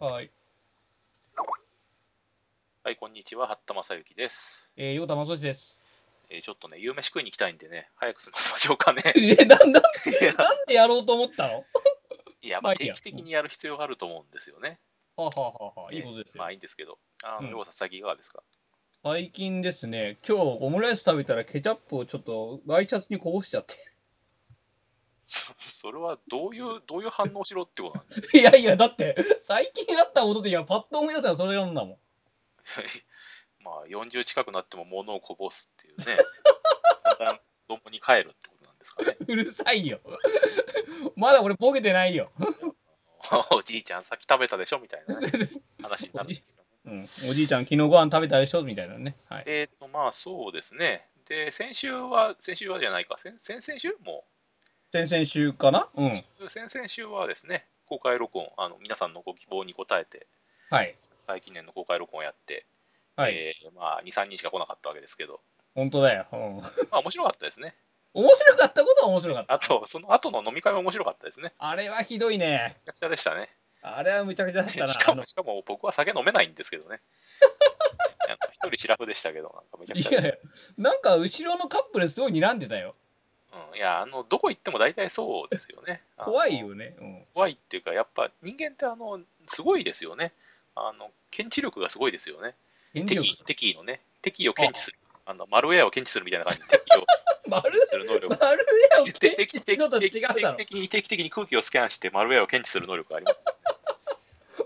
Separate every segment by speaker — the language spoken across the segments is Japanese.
Speaker 1: はい。
Speaker 2: はい、こんにちは、八田正幸です。
Speaker 1: えー、ヨータマゾシです。。
Speaker 2: えーちょっとね、夕飯食いに行きたいんでね、早く済ませましょうかね
Speaker 1: え、なんだ、なん
Speaker 2: いや
Speaker 1: でやろうと思 ったの
Speaker 2: いや、
Speaker 1: ま
Speaker 2: まあ、
Speaker 1: あいい
Speaker 2: 定
Speaker 1: や
Speaker 2: 期的にやる必要があると思うんですよね。
Speaker 1: はあ、はあはあはあ、いいことです
Speaker 2: ま
Speaker 1: よ
Speaker 2: あ、。いいんですけど。あ
Speaker 1: う
Speaker 2: の、
Speaker 1: ん
Speaker 2: ようさん、最近いかがですか
Speaker 1: 最近ですね、今日オムライス食べたらケチャップをちょっとワイシャツにこぼしちゃって。
Speaker 2: そそれは、どういう、どういう反応しろってことなんです か
Speaker 1: いやいや、だって、最近あったことで今パッと思い出したらそれなんだもん。
Speaker 2: まあ、40近くなっても物をこぼすっていうね。だんだん、子供に帰るってことなんですかね。
Speaker 1: うるさいよ。まだ俺ボケてないよ。
Speaker 2: おじいちゃん、さっき食べたでしょみたいなね、話になるんですけどね。
Speaker 1: うん。おじいちゃん昨日ご飯食べたでしょみたいなね。はい。
Speaker 2: えっ、と、まあ、そうですね。で、先週は、先週はじゃないか、先先々週もう。
Speaker 1: 先々週かなうん。
Speaker 2: 先々週はですね、公開録音、あの皆さんのご希望に応えて、
Speaker 1: はい。
Speaker 2: 大記念の公開録音をやって、
Speaker 1: はい。
Speaker 2: えーまあ、2、3人しか来なかったわけですけど、
Speaker 1: 本当だよ。うん。
Speaker 2: まあ、面白かったですね。
Speaker 1: 面白かったことは面白かった。
Speaker 2: あと、その後の飲み会も面白かったですね。
Speaker 1: あれはひどいね。
Speaker 2: めちゃくちゃでしたね。
Speaker 1: あれはむちゃくちゃだったな。
Speaker 2: しか
Speaker 1: あの
Speaker 2: も、しかも僕は酒飲めないんですけど ね。あの一人シラフでしたけど、なんかめちゃく
Speaker 1: い
Speaker 2: ちゃ
Speaker 1: や
Speaker 2: で
Speaker 1: い
Speaker 2: し
Speaker 1: や、なんか後ろのカップルすごい睨んでたよ。
Speaker 2: た。うん、いや、あの、どこ行っても大体そうですよね。あ の
Speaker 1: 怖い。よね。うん、
Speaker 2: 怖いっていうか、やっぱ人間って、あの、すごいですよね。あの、検知力がすごいですよね。
Speaker 1: 権力
Speaker 2: 敵敵意のね、敵意を検知する、あのマルウェアを検知するみたいな感じで敵意を
Speaker 1: 丸
Speaker 2: する能力
Speaker 1: 丸
Speaker 2: が。
Speaker 1: 絵を
Speaker 2: 定
Speaker 1: 定
Speaker 2: 期
Speaker 1: 期す
Speaker 2: 的
Speaker 1: るのと
Speaker 2: 定
Speaker 1: 違
Speaker 2: 期
Speaker 1: うだろ。
Speaker 2: 的に定期的に空気をスキャンしてマルウェアを検知する能力があります。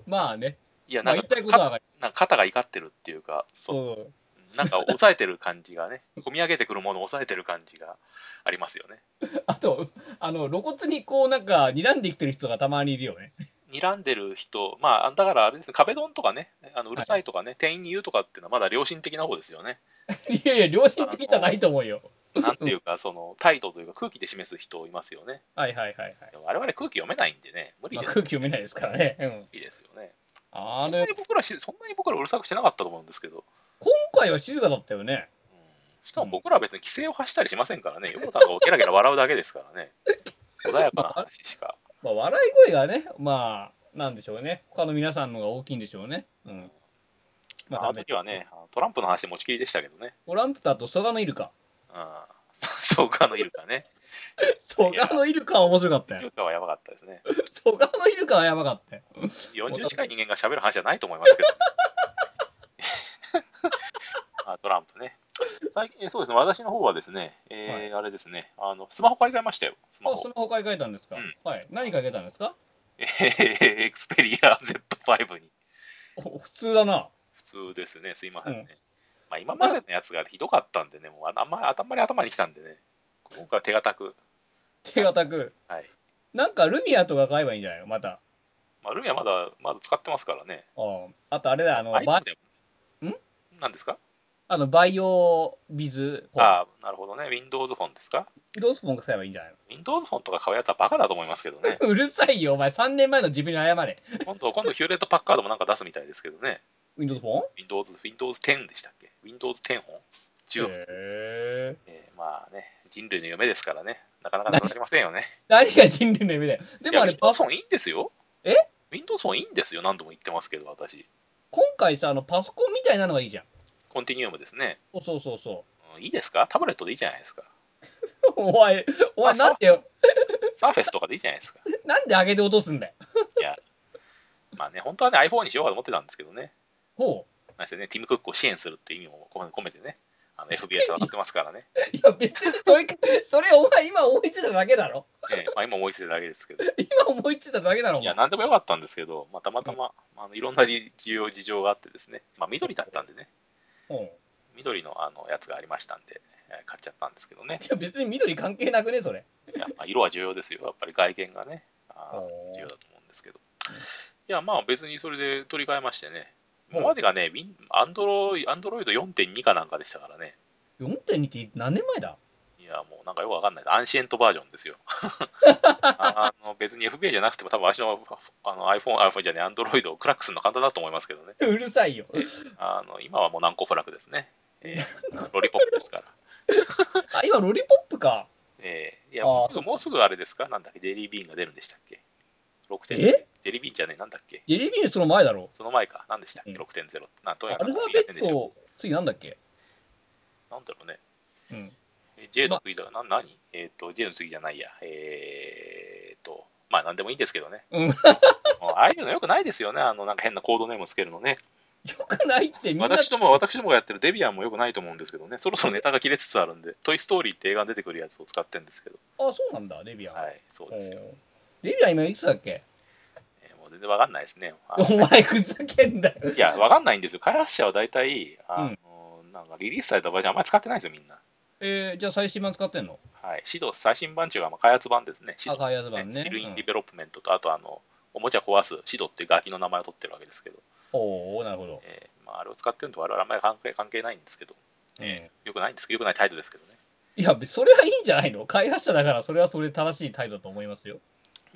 Speaker 1: まあね、
Speaker 2: いや、
Speaker 1: ま
Speaker 2: な
Speaker 1: あ、
Speaker 2: ん
Speaker 1: 言
Speaker 2: か
Speaker 1: いたいことは
Speaker 2: か
Speaker 1: 分かる。
Speaker 2: なんか肩が怒ってるっていうか、そう
Speaker 1: そう
Speaker 2: なんか抑えてる感じがね、込み上げてくるものを抑えてる感じがありますよね。
Speaker 1: あと、あの露骨にこう、なんか睨んできてる人がたまにいるよね。
Speaker 2: 睨んでる人、まあ、だからあれですね、壁ドンとかね、あのうるさいとかね、店員に言うとかっていうのはまだ良心的な方ですよね。
Speaker 1: いやいや、良心的じゃないと思うよ。
Speaker 2: なんていうか、その態度というか空気で示す人いますよね。
Speaker 1: はいはいはいはい。
Speaker 2: 我々空気読めないんでね、無理
Speaker 1: まあ、
Speaker 2: ですよね
Speaker 1: 空気読めないですからね。うん、
Speaker 2: いいですよね。
Speaker 1: あ
Speaker 2: そんな
Speaker 1: れ
Speaker 2: に、僕らし、そんなに僕らうるさくしてなかったと思うんですけど、
Speaker 1: 今回は静かだったよね。
Speaker 2: うんしかも僕らは別に規制を発したりしませんからね、横田がゲラゲラ笑うだけですからね、穏やかな話しか。
Speaker 1: まあ、笑い声がね、まあ、なんでしょうね。他の皆さんのが大きいんでしょうね。うん。ま
Speaker 2: ま
Speaker 1: あ、
Speaker 2: あ、あの
Speaker 1: ダメ
Speaker 2: 時はね、あのトランプの話で持ちきりでしたけどね、
Speaker 1: トランプとあとソガのイルカ。
Speaker 2: うん、そうかのイルカね、
Speaker 1: ソガのイルカは面白かった
Speaker 2: イ
Speaker 1: よ。
Speaker 2: ルカはやばかったですね。
Speaker 1: ソガのイルカはやばかったよ。
Speaker 2: 40近い人間が喋る話じゃないと思いますけど。まあ、トランプね。最近えそうですね、私の方はですね、えーあれですねあの、スマホ買い替えましたよ、スマ
Speaker 1: あ
Speaker 2: ホ
Speaker 1: ス。マホ買い替えたんですか、
Speaker 2: うん
Speaker 1: はい。何買い替えたんですか
Speaker 2: えーエクスペリア Z5 に。
Speaker 1: お普通だな。
Speaker 2: 普通ですね、すいませんね。
Speaker 1: うん
Speaker 2: まあ、今までのやつがひどかったんでね、もうああんまり頭に頭にきたんでね、今回は手堅く、
Speaker 1: 手堅く。
Speaker 2: はい。
Speaker 1: なんかルミアとか買えばいいんじゃないのまた。
Speaker 2: まあ、ルミはまだ、まだ使ってますからね。
Speaker 1: ああとあれだ、あの、バ
Speaker 2: iPhone でも。
Speaker 1: ん
Speaker 2: 何ですか
Speaker 1: あのバイオビズフォン。
Speaker 2: ああ、なるほどね。Windows フォンですか
Speaker 1: ロースフォン買えばいいんじゃない
Speaker 2: ?Windows フォンとか買うやつはバカだと思いますけど ね。
Speaker 1: のうるさいよ、お前。3年前の自分に謝れ。
Speaker 2: 今度、今度ヒューレットパッカードもなんか出すみたいですけどね。
Speaker 1: Windows フォン
Speaker 2: Windows、Windows 10でしたっけ ?Windows 10本 ?10 本。
Speaker 1: へー
Speaker 2: えーまあね、人類の夢ですからね、なかなかなくなりませんよね。
Speaker 1: 何が人類の夢だよ。で
Speaker 2: で
Speaker 1: もあれ、パ
Speaker 2: Windows フォンいいんですよ。
Speaker 1: え
Speaker 2: ?Windows フォンいいんですよ。何度も言ってますけど、私。
Speaker 1: 今回さ、あのパソコンみたいなのがいいじゃん。
Speaker 2: コンティニウムですね。
Speaker 1: おそうそうそ
Speaker 2: うんいいですかタブレットでいいじゃないですか。
Speaker 1: う。お前、お前
Speaker 2: あ
Speaker 1: なんでよ、
Speaker 2: サーフェスとかでいいじゃないですか。
Speaker 1: なんで上げて落とすんだよ。
Speaker 2: いや、まあね、本当はね、iPhone にしようかと思ってたんですけどね。
Speaker 1: ほ
Speaker 2: なんせね、ティム・クックを支援するっていう意味も込めてね、あの FBI 戦ってますからね。
Speaker 1: う。いや、別にそれ、それお前今思いついただけだろ。
Speaker 2: ええまあ、今思いついただけですけど。い
Speaker 1: 今思いついただけだろ、お
Speaker 2: や、
Speaker 1: 前。
Speaker 2: なんでもよかったんですけど、まあ、たまたま、あのいろんな事情事情があってですね、まあ、緑だったんでね、
Speaker 1: うんい
Speaker 2: 緑のあのやつがありましたんで、えー買っちゃったんですけどね。
Speaker 1: や、別に緑関係なくね、それ。
Speaker 2: いやまあ、色は重要ですよ、やっぱり外見がね、あー
Speaker 1: おー
Speaker 2: 重要だと思うんですけど。いや、まあ別にそれで取り替えましてね、
Speaker 1: うん
Speaker 2: 今までがね、アンドロイド4.2かなんかでしたからね、
Speaker 1: 4.2って何年前だ
Speaker 2: いや、もうなんかよくわかんない、アンシエントバージョ ンですよ。ああの別に FBI じゃなくても、多分私のあの iPhone、iPhone じゃね、アンドロイドをクラックするの簡単だと思いますけどね、
Speaker 1: うるさい よ。
Speaker 2: あの今はもう難攻不落ですね、え ーロリポップですから。
Speaker 1: あ、今、ロリポップか。
Speaker 2: えーいや
Speaker 1: あー
Speaker 2: もうすぐ、もうすぐあれですか、なんだっけ、デイリー・ビーンが出るんでしたっけ。 6.0
Speaker 1: え
Speaker 2: ジェリービーンじゃねえ、なんだっけ
Speaker 1: ジェリービーンその前だろ。
Speaker 2: その前か、なんでしたっけ、
Speaker 1: うん
Speaker 2: 6.0って。なとに
Speaker 1: ア
Speaker 2: かく
Speaker 1: ルファ
Speaker 2: 次が
Speaker 1: ベ
Speaker 2: 出で
Speaker 1: ッ
Speaker 2: し
Speaker 1: ト、
Speaker 2: ょ。
Speaker 1: 次なんだっけ
Speaker 2: なんだろうね。
Speaker 1: うん。
Speaker 2: え J の次だ、な、何えっ、と、J の次じゃないや。えっ、と、まあ、なんでもいいんですけどね。
Speaker 1: うん
Speaker 2: もうああいうのよくないですよね。あの、なんか変なコードネームつけるのね。
Speaker 1: よくないってみんな
Speaker 2: 私ども、私どもがやってるデビアンもよくないと思うんですけどね。そろそろネタが切れつつあるんで、トイ・ストーリーって映画に出てくるやつを使ってるんですけど。
Speaker 1: あ、そうなんだ、デビアン。
Speaker 2: はい、そうですよ。
Speaker 1: おーデビアン今いくつだっけ
Speaker 2: えーもう全然わかんないですね。あの
Speaker 1: お前ふざけんなよ。
Speaker 2: いや、わかんないんですよ。開発者は大体、あの、なんかリリースされた場合じゃあんまり使ってないんですよ、みんな。
Speaker 1: えー、じゃあ最新版使ってんの
Speaker 2: はい。シド、最新版中がまあ開発版ですね。シド
Speaker 1: 赤いやつ版ね。
Speaker 2: ね、スティル・イン・
Speaker 1: う
Speaker 2: デ
Speaker 1: ん
Speaker 2: ィベロップメントと、あとあの、おもちゃ壊すシドっていう楽器の名前を取ってるわけですけど、
Speaker 1: おおなるほど。
Speaker 2: えーまあ、あれを使ってるのと我々あんまり関係関係ないんですけど、えーよくないんですけど、よくない態度ですけどね。
Speaker 1: いや、それはいいんじゃないの開発者だから、それはそれで正しい態度だと思いますよ。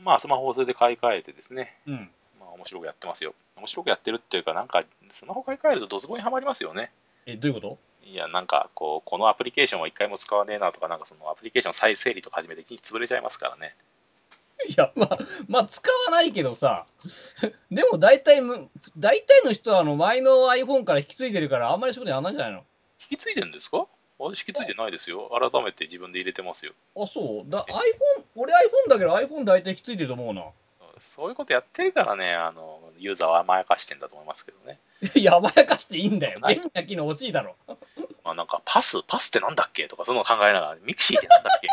Speaker 2: まあ、スマホをそれで買い替えてですね、
Speaker 1: うん。
Speaker 2: まあ、面白くやってますよ。面白くやってるっていうか、なんか、スマホ買い替えるとドツボにはまりますよね。
Speaker 1: え、どういうこと
Speaker 2: いや、なんか、こう、このアプリケーションは一回も使わねえなとか、なんかそのアプリケーション再整理とか始めて一日潰れちゃいますからね。
Speaker 1: いや、まあ、まあ、使わないけどさ、 でも大体む、大体の人は、あの、前の iPhone から引き継いでるから、あんまりそういうことやらないんじゃない
Speaker 2: 引き継いでるんですか私引き継いでないですよ。改めて自分で入れてますよ。
Speaker 1: のあ、そう。だ、iPhone、俺 iPhone だけど、iPhone 大体引き継いでると思うな。
Speaker 2: そういうことやってるからね、あのユーザーを甘やかしてんだと思いますけどね。
Speaker 1: いや甘やかしていいんだよ。
Speaker 2: はい
Speaker 1: 便利な機能欲しいだろ。
Speaker 2: まあ、なんか、パス、パスってなんだっけとか、そういうのを考えながら、ミクシーってなんだ っけ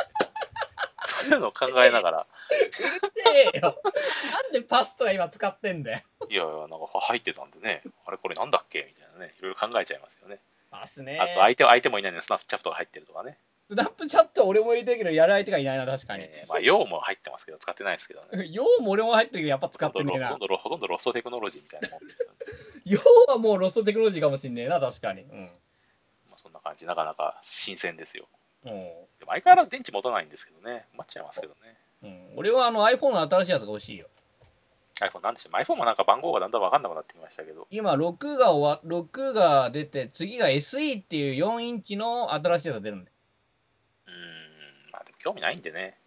Speaker 2: そういうのを考えながら、
Speaker 1: せえよ。 なんでパスとか今使ってんだよ。
Speaker 2: いやいや、なんか入ってたんでね、あれこれなんだっけみたいなね、いろいろ考えちゃいますよね。
Speaker 1: パスね。
Speaker 2: あと、相手は相手もいないのに、スナップチャットが入ってるとかね。
Speaker 1: スナップチャット俺も入れてるけど、やる相手がいないな、確かに。
Speaker 2: えーまあ、用も入ってますけど、使ってないですけど ね。
Speaker 1: 用も俺も入ってるけど、やっぱ使
Speaker 2: ほ
Speaker 1: っ
Speaker 2: と
Speaker 1: て
Speaker 2: ん
Speaker 1: ねえ
Speaker 2: ど
Speaker 1: な
Speaker 2: ほ。とんどほとんどロストテクノロジーみたいなもんですよね。
Speaker 1: 用はもうロストテクノロジーかもしんねえな、確かに。うん。
Speaker 2: まあそんな感じ、なかなか新鮮ですよ。
Speaker 1: うん
Speaker 2: でも相変わらず電池持たないんですけどね、待っちゃいますけどね。
Speaker 1: うん、俺はあの iPhone の新しいやつが欲しいよ。
Speaker 2: iPhone なんでした ?iPhone もなんか番号がだんだん分かんなくなってきましたけど。
Speaker 1: 今6が終わ、6が出て、次が SE っていう4インチの新しいやつが出るんだよ。
Speaker 2: うーん、まあでも興味ないんでね。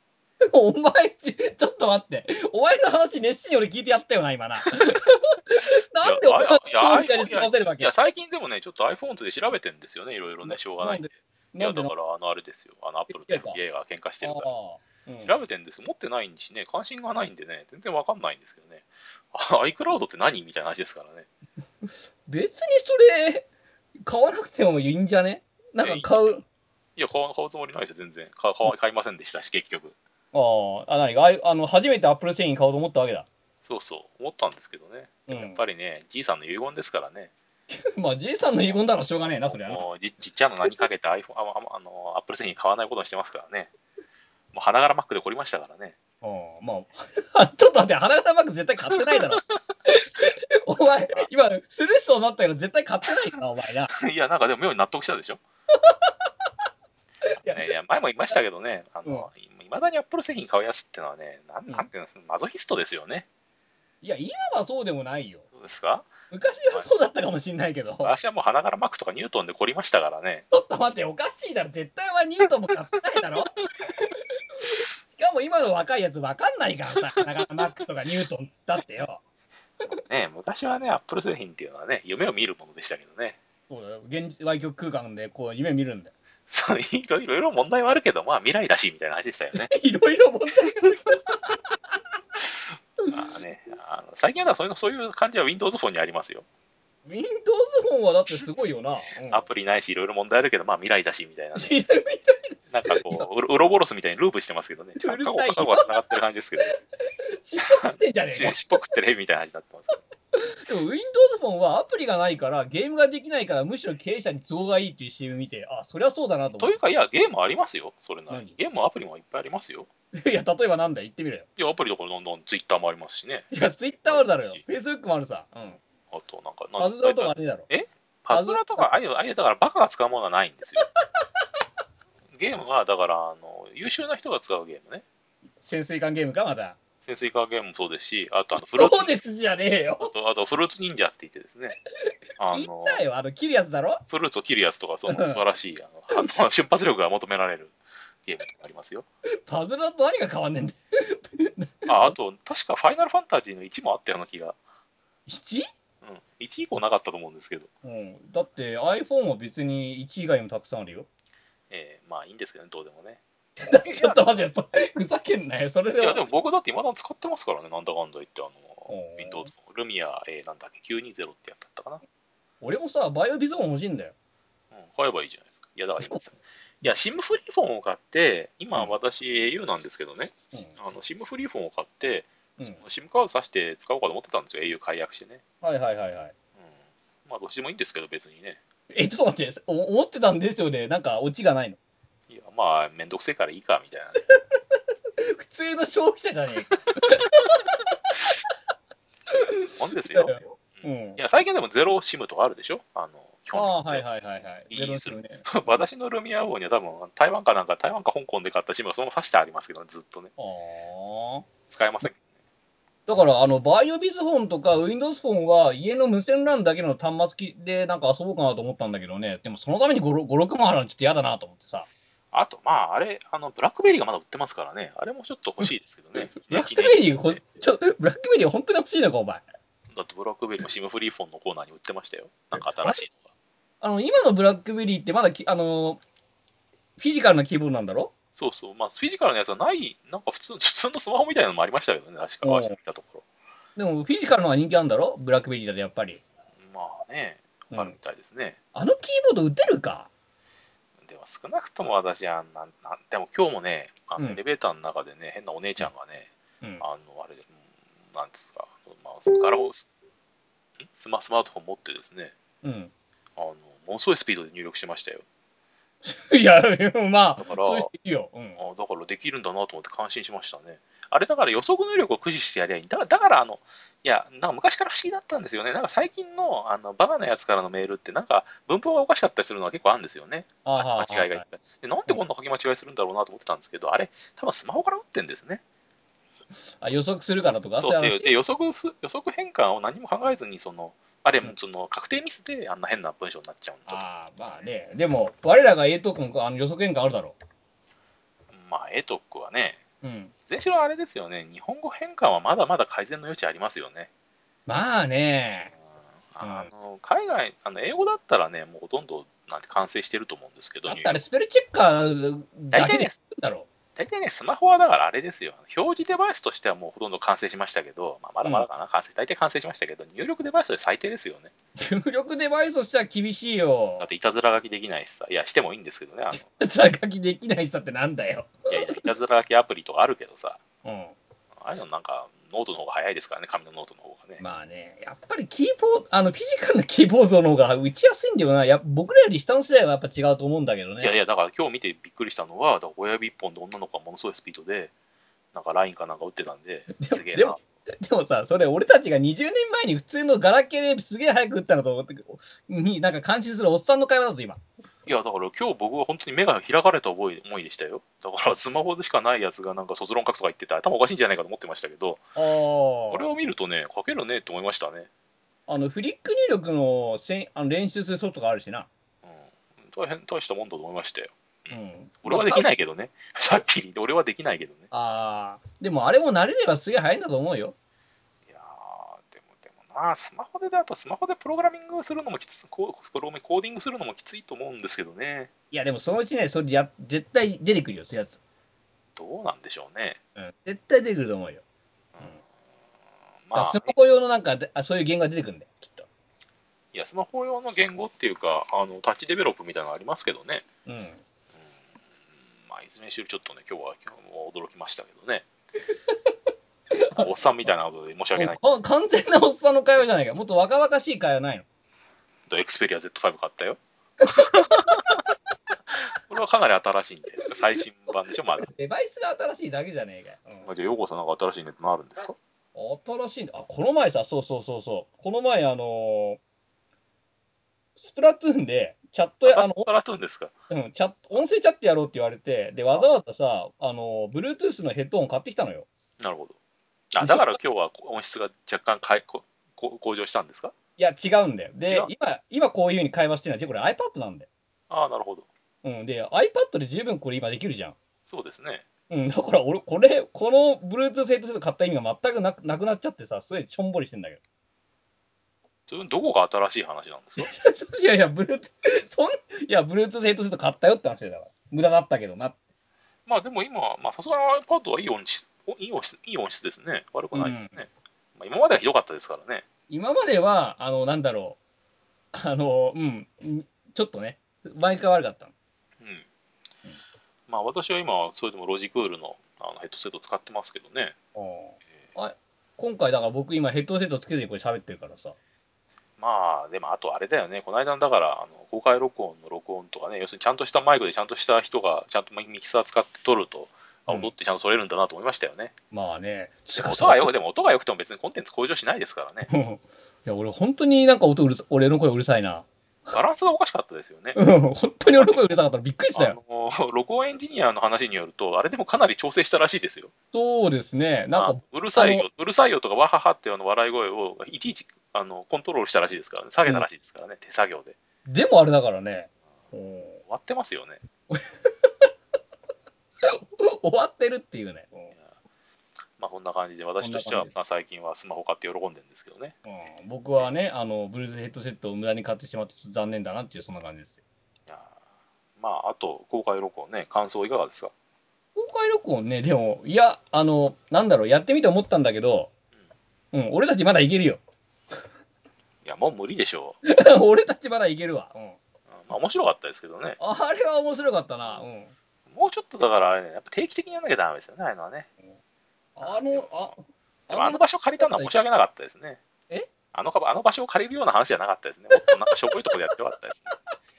Speaker 1: お前ち、ちょっと待って。お前の話熱心に俺聞いてやったよな、今な。なんでお前
Speaker 2: いや
Speaker 1: の
Speaker 2: あ
Speaker 1: 話
Speaker 2: い
Speaker 1: みたい
Speaker 2: や
Speaker 1: に済ませるわ
Speaker 2: い
Speaker 1: け
Speaker 2: や、最近でもね、ちょっと iPhones で調べてんですよね、いろいろ
Speaker 1: な
Speaker 2: ね、しょうがないんで。い
Speaker 1: な
Speaker 2: や、
Speaker 1: んで
Speaker 2: だ
Speaker 1: な
Speaker 2: から、あの、あれですよ、あの、Apple と FBA が喧嘩してるから。
Speaker 1: ああうん
Speaker 2: 調べてんです。持ってないしね、関心がないんでね、全然わかんないんですけどね。あ iCloud って何みたいな話ですからね。
Speaker 1: 別にそれ、買わなくてもいいんじゃねなんか買う。
Speaker 2: いや、買わ買うつもりないですよ、全然。買買わ買いませんでしたし、結局。
Speaker 1: ああ、あ、何あいあの、初めて Apple 製品買おうと思ったわけだ。
Speaker 2: そうそう、思ったんですけどね。
Speaker 1: う
Speaker 2: やっ
Speaker 1: ん。
Speaker 2: ぱりね、じいさんの遺言ですからね。
Speaker 1: まあ、じいさんの遺言だからしょうがねえな、それはな。
Speaker 2: もうじじっちゃんの名にかけて iPhone、あああの、Apple 製品買わないことにしてますからね。もう花柄 Mac で凝りましたからね。
Speaker 1: うんまあ、 ちょっと待って、花柄マーク絶対買ってないだろ。 お前、今、スルーしそうになったけど、絶対買ってないな、お前な。
Speaker 2: いや、なんかでも妙に納得し たでしょ。
Speaker 1: いや
Speaker 2: ねいや前も言いましたけどね、あのいまだに Apple 製品買うやつってのはね、なん
Speaker 1: うん
Speaker 2: なんていうんですか、マゾヒストですよね。
Speaker 1: いや、今はそうでもないよ。
Speaker 2: そうですか
Speaker 1: 昔はそうだったかもしんないけど、ちょ
Speaker 2: 私はもう花柄マックとかニュートンで凝りましたからね。
Speaker 1: っと待って、おかしいだろ。絶対はニートも買ってないだろ。しかも今の若いやつ分かんないからさ、花柄マックとかニュートンっつったってよ。
Speaker 2: ね昔はね、Apple 製品っていうのはね、夢を見るものでしたけどね。
Speaker 1: そうだよ。現実、歪曲空間でこう夢見るんだよ。
Speaker 2: そういろいろいろ問題はあるけど、まあ未来だしみたいな話でしたよね。
Speaker 1: いろいろ問題
Speaker 2: まあねあの最近はだからそういうそういう感じは Windows フォンにありますよ。
Speaker 1: Windows フォンはだってすごいよな。うん
Speaker 2: アプリないし、いろいろ問題あるけど、まあ未来だしみたいなね。なんか こう、ウロウロボロスみたいにループしてますけどね。
Speaker 1: うる
Speaker 2: 過
Speaker 1: さ
Speaker 2: 去
Speaker 1: い
Speaker 2: 過去が繋がってる感じですけ ど、
Speaker 1: 尻尾食ってんじゃねえか
Speaker 2: し尻尾食ってるヘビみたいな話になってます。
Speaker 1: でも Windows フォンはアプリがないからゲームができないからむしろ経営者に都合がいいっていう CM 見てあそりゃそうだなと
Speaker 2: と
Speaker 1: 思
Speaker 2: いうか、いや、ゲームありますよ。それなり
Speaker 1: 何
Speaker 2: に。ゲームもアプリもいっぱいありますよ。
Speaker 1: って いや例えばなんだよ言ってみろよ
Speaker 2: いや、アプリとかどんどん Twitter もありますしね。
Speaker 1: いや Twitter もあるだろよ Facebook もあるさ、うん、
Speaker 2: あと、なんか、なん
Speaker 1: パズドラとかあれだろ
Speaker 2: パズラとか、ああいう、ああいう、だからバカが使うものはない んですよ。ゲームは、だから、あの、優秀な人が使うゲームね。
Speaker 1: 潜水艦ゲームかまた
Speaker 2: 潜水艦ゲームもそうですし、あと、あの、フルーツ
Speaker 1: そうですじゃねえよ
Speaker 2: あと、あとフルーツ忍者って言ってですね、あ
Speaker 1: 聞い
Speaker 2: の、
Speaker 1: たよあの切るやつだろ
Speaker 2: フルーツを切るやつとか、そ
Speaker 1: うん
Speaker 2: の素晴らしい、あの、 あの瞬発力が求められるゲームとかありますよ。
Speaker 1: パズドラと何が変わんねえんだよ
Speaker 2: あ、あと、確かファイナルファンタジーの1もあったような気が。
Speaker 1: 1?
Speaker 2: うん。1以降なかったと思うんですけど。
Speaker 1: うん、だって iPhone は別に1以外にもたくさんあるよ。
Speaker 2: えーまあいいんですけどね、どうでもね。
Speaker 1: ちょっと待って、それふざけんなよ。それ
Speaker 2: い
Speaker 1: で
Speaker 2: や、
Speaker 1: は
Speaker 2: でも僕だって未だに使ってますからね、なんだかんだ言って、あの
Speaker 1: お、ー
Speaker 2: Windows のルミア、えーなんだっけ、920ってやつだったかな。
Speaker 1: 俺もさ、バイオビゾーン欲しいんだよ。
Speaker 2: うん、買えばいいじゃないですか。いや、だから今さ、いや、SIM フリーフォンを買って、今
Speaker 1: うん
Speaker 2: 私 au なんですけどね、
Speaker 1: う
Speaker 2: あの SIM フリーフォンを買って、
Speaker 1: ん。うん、
Speaker 2: SIM カード挿して使おうかと思ってたんですよ、au 解約してね。
Speaker 1: はいはいはいはい。
Speaker 2: うん、まあ、どっちでもいいんですけど、別にね。
Speaker 1: え、ちょっと待って、お思ってたんですよね。なんかオチがないの。
Speaker 2: いや、まあ、めんどくせえからいいか、みたいなね。
Speaker 1: 普通の消費者じゃね
Speaker 2: もんです
Speaker 1: えか
Speaker 2: よ。
Speaker 1: よ。うん。
Speaker 2: いや、最近でもゼロ SIM とかあるでしょあの、基本
Speaker 1: ああ、
Speaker 2: 的に
Speaker 1: はいはいはいはい。
Speaker 2: いい
Speaker 1: ゼロ
Speaker 2: です
Speaker 1: す
Speaker 2: よ
Speaker 1: るね。
Speaker 2: 私のルミア号には多分、台湾かなんか、台湾か香港で買った SIM がそのまま挿してありますけどね、ずっとね。
Speaker 1: ああ。
Speaker 2: 使えません。
Speaker 1: だから、あの、バイオビズフォンとか Windows フォンは家の無線 LAN だけの端末機でなんか遊ぼうかなと思ったんだけどね。でもそのために5、6万払うのちょっと嫌だなと思ってさ。
Speaker 2: あと、まあ、あれ、あの、ブラックベリーがまだ売ってますからね、あれもちょっと欲しいですけどね。
Speaker 1: ブラックベリーほ、ちょ、ブラックベリー本当に欲しいのか、お前。
Speaker 2: だってブラックベリーも SIM フリーフォンのコーナーに売ってましたよ。なんか新しいのが。
Speaker 1: あの、今のブラックベリーってまだき、あの、フィジカルなキーボードなんだろ
Speaker 2: そうそう。まあ、フィジカルのやつはない、なんか普通、普 通のスマホみたいなのもありましたけどね、確か。
Speaker 1: うん
Speaker 2: 私が見たところ。
Speaker 1: でも、フィジカルの方が人気あるんだろブラックベリーだとやっぱり。
Speaker 2: まあね、
Speaker 1: うん
Speaker 2: あるみたいですね。
Speaker 1: あのキーボード打てるか
Speaker 2: でも少なくとも私はなんなん、でも今日もね、あ
Speaker 1: う
Speaker 2: の
Speaker 1: ん
Speaker 2: エレベーターの中でね、変なお姉ちゃんがね、
Speaker 1: うん。
Speaker 2: あの、あれ、うんなんですか、まあ、スガラホスんスマスマートフォン持ってですね、
Speaker 1: うん。
Speaker 2: あの、ものすごいスピードで入力してましたよ。
Speaker 1: いや、まあ
Speaker 2: だか、ら
Speaker 1: そういう人いるよ。うん。
Speaker 2: あだからできるんだなと思って感心しましたね。あれだから予測能力を駆使してやりゃいい。だから、だからあの、いや、なんか昔から不思議だったんですよね。なんか最近のあのバカなやつからのメールって、なんか文法がおかしかったりするのは結構あるんですよね。
Speaker 1: あー
Speaker 2: 書き間違いがいっ
Speaker 1: は
Speaker 2: ぱい。で、なんでこんな書き間違いするんだろうなと思ってたんですけど、あれ、多分スマホから打ってんですね。
Speaker 1: あ予測するからとか。
Speaker 2: そう
Speaker 1: れは
Speaker 2: でで予測す予測変換を何も考えずに、その、あれ、その確定ミスであんな変な文章になっちゃうんだ
Speaker 1: ああ、まあね。でも、我らが A トークもあの予測変換あるだろ
Speaker 2: と。まあ、エトックはね、
Speaker 1: う。うん。
Speaker 2: 前しろあれですよね、日本語変換はまだまだ改善の余地ありますよね。
Speaker 1: まあね。
Speaker 2: あの海外、あの英語だったらね、もうほとんどなんて完成してると思うんですけど、
Speaker 1: だってあれ、スペルチェッカーだ
Speaker 2: 大
Speaker 1: け
Speaker 2: 体
Speaker 1: で
Speaker 2: ね
Speaker 1: するんだろ
Speaker 2: 大体ね、スマホはだからあれですよ、表示デバイスとしてはもうほとんど完成しましたけど、まあ、まだまだかな、完成、大体完成しましたけど、入力デバイスで最低ですよね。
Speaker 1: う。入力デバイスとしては厳しいよ
Speaker 2: だっ。ていたずら書きできないしさ、いや、してもいいんですけどね、あの
Speaker 1: 落書きできない人ってなんだよ。
Speaker 2: いやいや、いたずら書きアプリとかあるけどさ、
Speaker 1: うん。
Speaker 2: ああいうのなんか、ノートの方が早いですからね、紙のノートの方がね。
Speaker 1: まあね、やっぱりキーボード、あの、フィジカルなキーボードの方が打ちやすいんだよな。や僕らより下の世代はやっぱ違うと思うんだけどね。
Speaker 2: いやいや、だから今日見てびっくりしたのは、だから親指一本で女の子がものすごいスピードで、なんか LINE かなんか打ってたんで、すげえ
Speaker 1: で
Speaker 2: な
Speaker 1: も。でもさ、それ俺たちが20年前に普通のガラケーですげえ早く打ったのと思って、になんか感心するおっさんの会話だぞ、今。
Speaker 2: いや、だから今日僕は本当に目が開かれた思い思いでしたよ。だからスマホでしかないやつがなんか卒論書くとか言ってて頭おかしいんじゃないかと思ってましたけど、
Speaker 1: あ
Speaker 2: これを見るとね、書けるねって思いましたね。
Speaker 1: あのフリック入力のせんあの練習するソフトがあるしな。
Speaker 2: うん、大変大したもんだと思いましたよ。
Speaker 1: うん、
Speaker 2: 俺はでき
Speaker 1: い。
Speaker 2: ないけどね。 さっき言って俺はできないけどね。
Speaker 1: ああ、でもあれも慣れればすげえ早いんだと思うよ。
Speaker 2: いやー、でもでもな、スマホでだとスマホでプログラミングするのもきつこうプログラミングコーディングするのもきついと思うんですけどね。
Speaker 1: いや、でもそのうちね、それや絶対出てくるよ、そういうやつ。
Speaker 2: どうなんでしょうね。
Speaker 1: うん、絶対出てくると思うよ。
Speaker 2: まあ、
Speaker 1: スマホ用のなんかであ、そういう言語が出てくるんだよ、きっと。
Speaker 2: いや、スマホ用の言語っていうか、あの、タッチデベロップみたいなのありますけどね。
Speaker 1: うん。
Speaker 2: うんまあ、いずれにしろちょっとね、今日は今日も驚きましたけどね。おっさんみたいなことで申し訳ないけ
Speaker 1: もうか完全なおっさんの会話じゃないか。もっと若々しい会話ないの。
Speaker 2: ど、エクスペリア Z5 買ったよ。これはかなり新しいんですか最新版でしょまだ。
Speaker 1: デバイスが新しいだけじゃねえかよ。うん
Speaker 2: まあじゃあ、ヨーコさんなんか新しいネットのあるんですか
Speaker 1: 新しいんだ。あ、この前さ、そうそうそうそう。この前、あのースプラトゥーンで、チャットや、あ
Speaker 2: 私からとんですか
Speaker 1: の、うん、チャット、音声チャットやろうって言われて、で、わざわざさ、あのー、Bluetooth のヘッドホン買ってきたのよ。
Speaker 2: なるほど。あ、だから今日は音質が若干かいここ向上したんですか
Speaker 1: いや、違うんだよ。
Speaker 2: 違
Speaker 1: で
Speaker 2: う、
Speaker 1: 今、今こういうふうに会話してるのは、これ iPad なんだよ。
Speaker 2: ああ、なるほど。
Speaker 1: うん。で、iPad で十分これ今できるじゃん。
Speaker 2: そうですね。
Speaker 1: うん、だから俺、これ、この Bluetooth ヘッドセット買った意味が全くなくなくなっちゃってさ、すごいしょんぼりしてんだけど。
Speaker 2: それどこが新しい話なんですか
Speaker 1: いやいや、Bluetooth、そん、いや、Bluetooth ヘッドセット買ったよって話だから。無駄だったけどな。
Speaker 2: まあでも今、まあさすがに iPad はいい音質、おいい音質、いい音質ですね。悪くないですね。まあ今まではひどかったですからね。
Speaker 1: 今までは、あの、なんだろう。あの、うん、ちょっとね、毎回悪かったの。
Speaker 2: うん。まあ私は今、それでもロジクールのあのヘッドセット使ってますけどね。
Speaker 1: あ今回だから僕今ヘッドセットつけずにこれ喋ってるからさ。
Speaker 2: まあでもあとあれだよね、この間のだからあの公開録音の録音とかね、要するにちゃんとしたマイクでちゃんとした人がちゃんとミキサー使って撮ると、あ
Speaker 1: うん
Speaker 2: 音ってちゃんと撮れるんだなと思いましたよね。
Speaker 1: まあね。
Speaker 2: でも音がよくでも音が良くても別にコンテンツ向上しないですからね。
Speaker 1: うん いや、俺本当になんか音うるさ、俺の声うるさいな。
Speaker 2: バランスがおかしかったですよね。
Speaker 1: うん本当に俺の声うるさかったらびっくりした
Speaker 2: あ
Speaker 1: よ。
Speaker 2: の 録音エンジニアの話によると、あれでもかなり調整したらしいですよ。
Speaker 1: そうですね。なんか
Speaker 2: あ、うるさい
Speaker 1: あ
Speaker 2: よ、うるさいよとか、わははっていうあの笑い声をいちいちあのコントロールしたらしいですからね、下げたらしいですからね、手作業で。
Speaker 1: でもあれだからね。うん
Speaker 2: 終わってますよね。
Speaker 1: 終わってるっていうね。うん
Speaker 2: まあ、こんな感じで、私としては
Speaker 1: こんな感じです
Speaker 2: まあ最近はスマホ買って喜んでるんですけどね。
Speaker 1: うん僕はね、あの、ブルースヘッドセットを無駄に買ってしまって残念だなっていう、そんな感じですよ。
Speaker 2: いやーまあ、あと、公開録音ね、感想いかがですか
Speaker 1: 公開録音ね、でも、いや、あの、なんだろう、やってみて思ったんだけど、うん、俺たちまだいけるよ。
Speaker 2: いや、もう無理でしょう。うん
Speaker 1: 俺たちまだいけるわ。うん。
Speaker 2: まあ、面白かったですけどね。
Speaker 1: あれは面白かったな。うん。
Speaker 2: もうちょっとだから、あれね、やっぱ定期的にやんなきゃダメですよね、ああいうのはね。
Speaker 1: あの、あ、
Speaker 2: でも、あの場所借りたのは申し訳なかったですね。
Speaker 1: え
Speaker 2: あのかあの場所を借りるような話じゃなかったですね。もっとなんかしょぼいとこでやってよかったですね。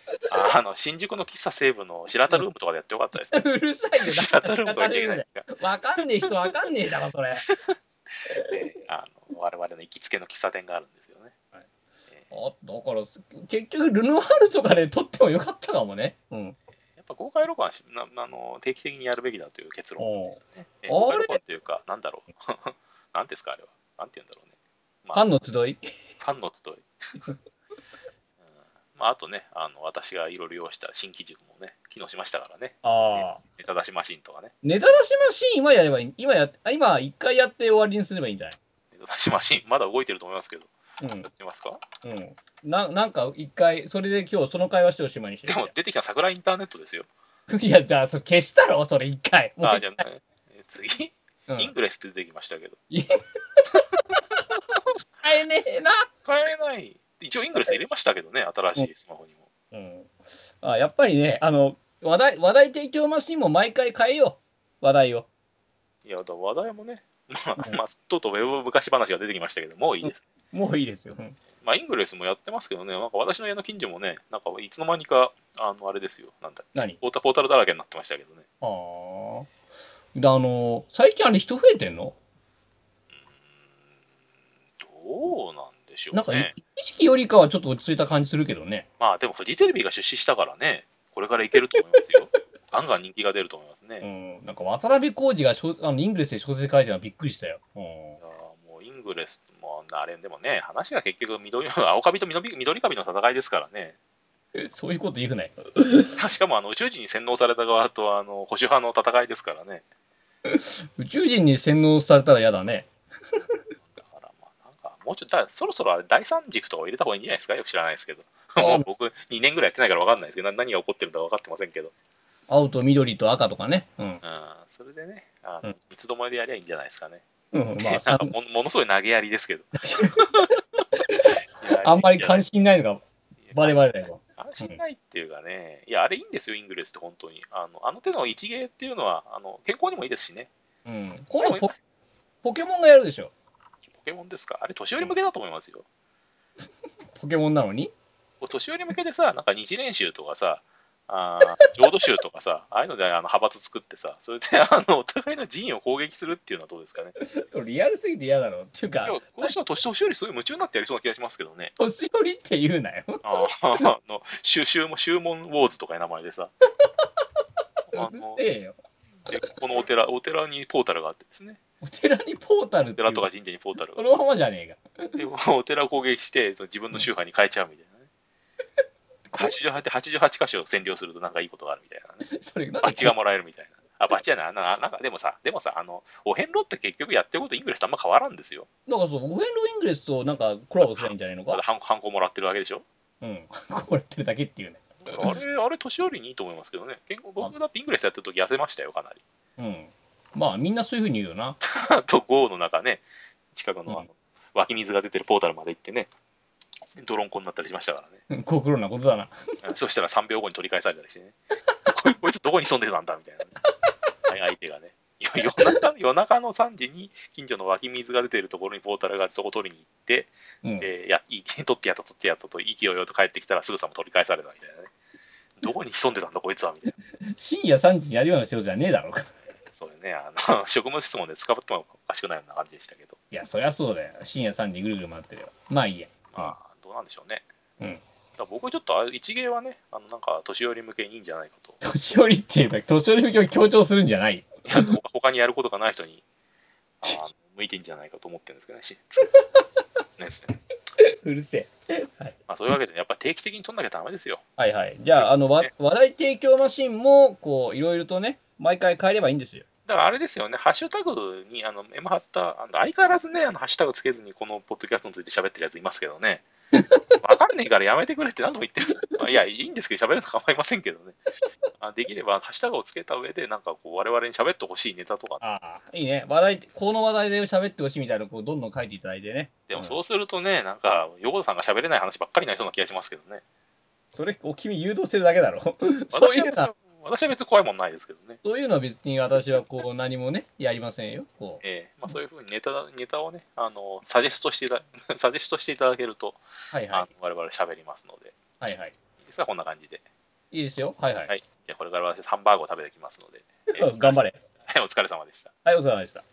Speaker 2: ああの、新宿の喫茶西部の白田ルームとかでやってよかったですね。
Speaker 1: うるさいよ。
Speaker 2: 白田ルームとか言っちゃいけないですか。
Speaker 1: わかんねえ人わかんねえだろ、それ。
Speaker 2: であの我々の行きつけの喫茶店があるんですよね。
Speaker 1: あだから、結局、ルノワールとかで撮ってもよかったかもね。うん。
Speaker 2: やっぱ公開録音はしなあの定期的にやるべきだという結論ですね。え
Speaker 1: おう
Speaker 2: 公開録音というか、なんだろう。 なんですか、あれは。なんて言うんだろうね。
Speaker 1: フ
Speaker 2: ま
Speaker 1: ァ
Speaker 2: あ、
Speaker 1: ンの集い。
Speaker 2: ファンの集 い。うんまあ、あとね、あの私がいろいろ用意した新機軸もね、機能しましたからね。
Speaker 1: ああ。
Speaker 2: ネタ出しマシンとかね。
Speaker 1: ネタ出しマシーンはやればいい。今や、あ今、一回やって終わりにすればいいんじゃ
Speaker 2: ネタ出しマシン、ま だ動いてると思いますけど、
Speaker 1: ない
Speaker 2: やってますか
Speaker 1: うん。うん。ななんか、一回、それで今日、その会話しておしまいにして
Speaker 2: でも出てきた桜インターネットですよ。
Speaker 1: いや、じゃあ、それ消したろ、それ一回。もう
Speaker 2: あ、じゃあ、え次、
Speaker 1: うん
Speaker 2: イングレスって出てきましたけど。
Speaker 1: 使えねえな。
Speaker 2: 使えない。一応イングレス入れましたけどね、新しいスマホにも。
Speaker 1: うん。あやっぱりね、あの、話題、話題提供マシーンも毎回変えよう。話題を。
Speaker 2: いや、だから話題もね、 まあ
Speaker 1: う、ん
Speaker 2: まあ、とうとうウェブ昔話が出てきましたけど、もういいです。
Speaker 1: もういいですよ。うん
Speaker 2: まあ、イングレスもやってますけどね、なんか私の家の近所もね、なんかいつの間にか、あの、あれですよ、なんだ、
Speaker 1: 何
Speaker 2: ポータポータルだらけになってましたけどね。
Speaker 1: ああ。であの、最近あれ人増えてんの
Speaker 2: どうなんでしょ
Speaker 1: なん
Speaker 2: う
Speaker 1: か、
Speaker 2: ね。
Speaker 1: い意識よりかはちょっと落ち着いた感じするけどね。
Speaker 2: まあ、でもフジテレビが出資したからね、これからいけると思い ますよ。ガンガン人気が出ると思いますね。
Speaker 1: う
Speaker 2: い
Speaker 1: ん。なんか渡辺浩二が小あのイングレスで小説書いてるのはびっくりしたよ。うん。
Speaker 2: やーもうイングレスもあれでもね、話が結局緑、 青カビと緑緑カビの戦いですからね。
Speaker 1: えそういうこと言うなよ。
Speaker 2: しかもあの宇宙人に洗脳された側とあの保守派の戦いですからね。
Speaker 1: 宇宙人に洗脳されたら嫌だね。
Speaker 2: だからまあなんかもうちょっとだからそろそろあれ第三軸とかを入れた方がいいんじゃないですかよく知らないですけど。
Speaker 1: あ
Speaker 2: もう 僕2年ぐらいやってないから分かんないですけどな何が起こってるのか分かってませんけど。
Speaker 1: 青と緑と赤とかね。うん。
Speaker 2: うん、それでね、あ
Speaker 1: う
Speaker 2: の
Speaker 1: ん
Speaker 2: 三つどもえでやりゃいいんじゃないですかね。
Speaker 1: うん、ま あ、
Speaker 2: なん
Speaker 1: あ
Speaker 2: か
Speaker 1: ん
Speaker 2: もものすごい投げやりです けど。いや
Speaker 1: あんまり関
Speaker 2: 心
Speaker 1: 心ないのがバレバレだよ。
Speaker 2: 安心ないっていうかね、いや、あれいいんですよ、イングレスって本当に。あのあの手の一芸っていうのはあの健康にもいいですしね、
Speaker 1: うん。今度ポ、ポケモンがやるでしょ。
Speaker 2: ポケモンですか、あれ、年寄り向けだと思いますよ。
Speaker 1: ポケモンなのに。
Speaker 2: こう年寄り向けでさ、なんか二次練習とかさ、あー浄土宗とかさ、ああいうのであの派閥作ってさ、それであのお互いの陣を攻撃するっていうのはどうですかね。
Speaker 1: それリアルすぎて嫌だろ。っていうか
Speaker 2: いや、この人は年年寄りすごい夢中になってやりそうな気がしますけどね。
Speaker 1: 年寄りって言うなよ。
Speaker 2: あーあの、修修も修門ウォーズとかいう名前でさ、
Speaker 1: う
Speaker 2: あ
Speaker 1: る
Speaker 2: の
Speaker 1: せえよ。
Speaker 2: でここのお寺、お寺にポータルがあってですね、
Speaker 1: お寺にポータルっ
Speaker 2: お
Speaker 1: ていう
Speaker 2: 寺とか神社にポータル
Speaker 1: そ
Speaker 2: が
Speaker 1: のままじゃねえか。
Speaker 2: あって、でお寺を攻撃して、その自分の宗派に変えちゃうみたい なね。88, 88箇所を占領するとなんかいいことがあるみたいなね。
Speaker 1: それなん
Speaker 2: バッ
Speaker 1: で
Speaker 2: チがもらえるみたいな。あ、バチやな。ななんか、でもさ、でもさ、あの、お遍路って結局やってることイングレスとあんま変わらんですよ。
Speaker 1: だからそう、オフェンドイングレスとなんかコラボすればいいんじゃないの
Speaker 2: まだ
Speaker 1: か。
Speaker 2: ハンハンコもらってるわけでしょ。
Speaker 1: うん。これやってるだけっていうね。
Speaker 2: あれ、あれ、年寄りにいいと思いますけどね。結構僕だってイングレスやってる時痩せましたよ、かなり。
Speaker 1: うん。まあ、みんなそういうふうに言うよな。
Speaker 2: あと、ゴーの中ね、近くのあ
Speaker 1: うん
Speaker 2: の湧き水が出てるポータルまで行ってね、泥んこになったりしましたからね。
Speaker 1: ご苦労なことだな。
Speaker 2: うん そしたら3秒後に取り返されたりしてね、 ここいつどこに潜んでたんだみたいなね、 はい相手がね。 夜夜中夜中の3時に近所の湧き水が出てるところにポータルがそこ取りに行って、
Speaker 1: うん。
Speaker 2: でやい取ってやった、取ってやったと、息をよと帰ってきたらすぐさま取り返されたみたいなね。どこに潜んでたんだ、こいつはみたいな。
Speaker 1: 深夜3時にやるような人じゃねえだろうか。
Speaker 2: そういうね、あの 職務質問で使ってもおかしくないような感じでしたけど、
Speaker 1: いや、そりゃそうだよ。深夜3時ぐるぐる回ってるよ。まあいいや。
Speaker 2: まあ、どうなんでしょうね。
Speaker 1: うん。
Speaker 2: だから僕はちょっとあれ、一芸はね、あのなんか年寄り向けにいいんじゃないかと。
Speaker 1: 年寄りっていうか、年寄り向けを強調するんじゃない。
Speaker 2: いや他他にやることがない人にあの向いてんじゃないかと思ってるんですけどねしねですね
Speaker 1: うるせえ。
Speaker 2: まあ、そういうわけで、やっぱ定期的に取んなきゃダメですよ。
Speaker 1: はいはい。じゃあ、あの、わ話題提供マシンも、こう、いろいろとね、毎回変えればいいんですよ。
Speaker 2: だからあれですよね、ハッシュタグに、あの、M ハッタ、あの相変わらずね、あのハッシュタグつけずに、このポッドキャストについて喋ってるやついますけどね。わかんねえからやめてくれって何度も言ってる。まあいや、いいんですけど、喋るの構いませんけどね。あできれば、ハッシュタグをつけた上で、なんかこう、我々に喋ってほしいネタとか
Speaker 1: ああ、いいね。話題、この話題で喋ってほしいみたいなのをこうどんどん書いていただいてね。
Speaker 2: でも
Speaker 1: う
Speaker 2: そ
Speaker 1: ん
Speaker 2: うするとね、なんか、横田さんが喋れない話ばっかりになりそうな気がしますけどね。
Speaker 1: それ、こう君誘導してるだけだろ。 そう
Speaker 2: 私
Speaker 1: い
Speaker 2: は
Speaker 1: う
Speaker 2: 別
Speaker 1: のは
Speaker 2: に、私は別に怖いもんないですけどね。
Speaker 1: そういうのは別に私はこう何もね、やりませんよ。こう。
Speaker 2: ええまあ、そういうふうにネタネタをね、あのサジェストしていた サジェストしていただけると、
Speaker 1: はい
Speaker 2: あ
Speaker 1: は
Speaker 2: の我々喋りますので、
Speaker 1: い。はいはい。
Speaker 2: いいですか、こんな感じで。
Speaker 1: いいですよ。はいはい。
Speaker 2: はい、じゃあこれから私、ハンバーグを食べてきますので、え
Speaker 1: 頑張れ。
Speaker 2: はいお疲れ様でした。
Speaker 1: はい、お疲れ様でした。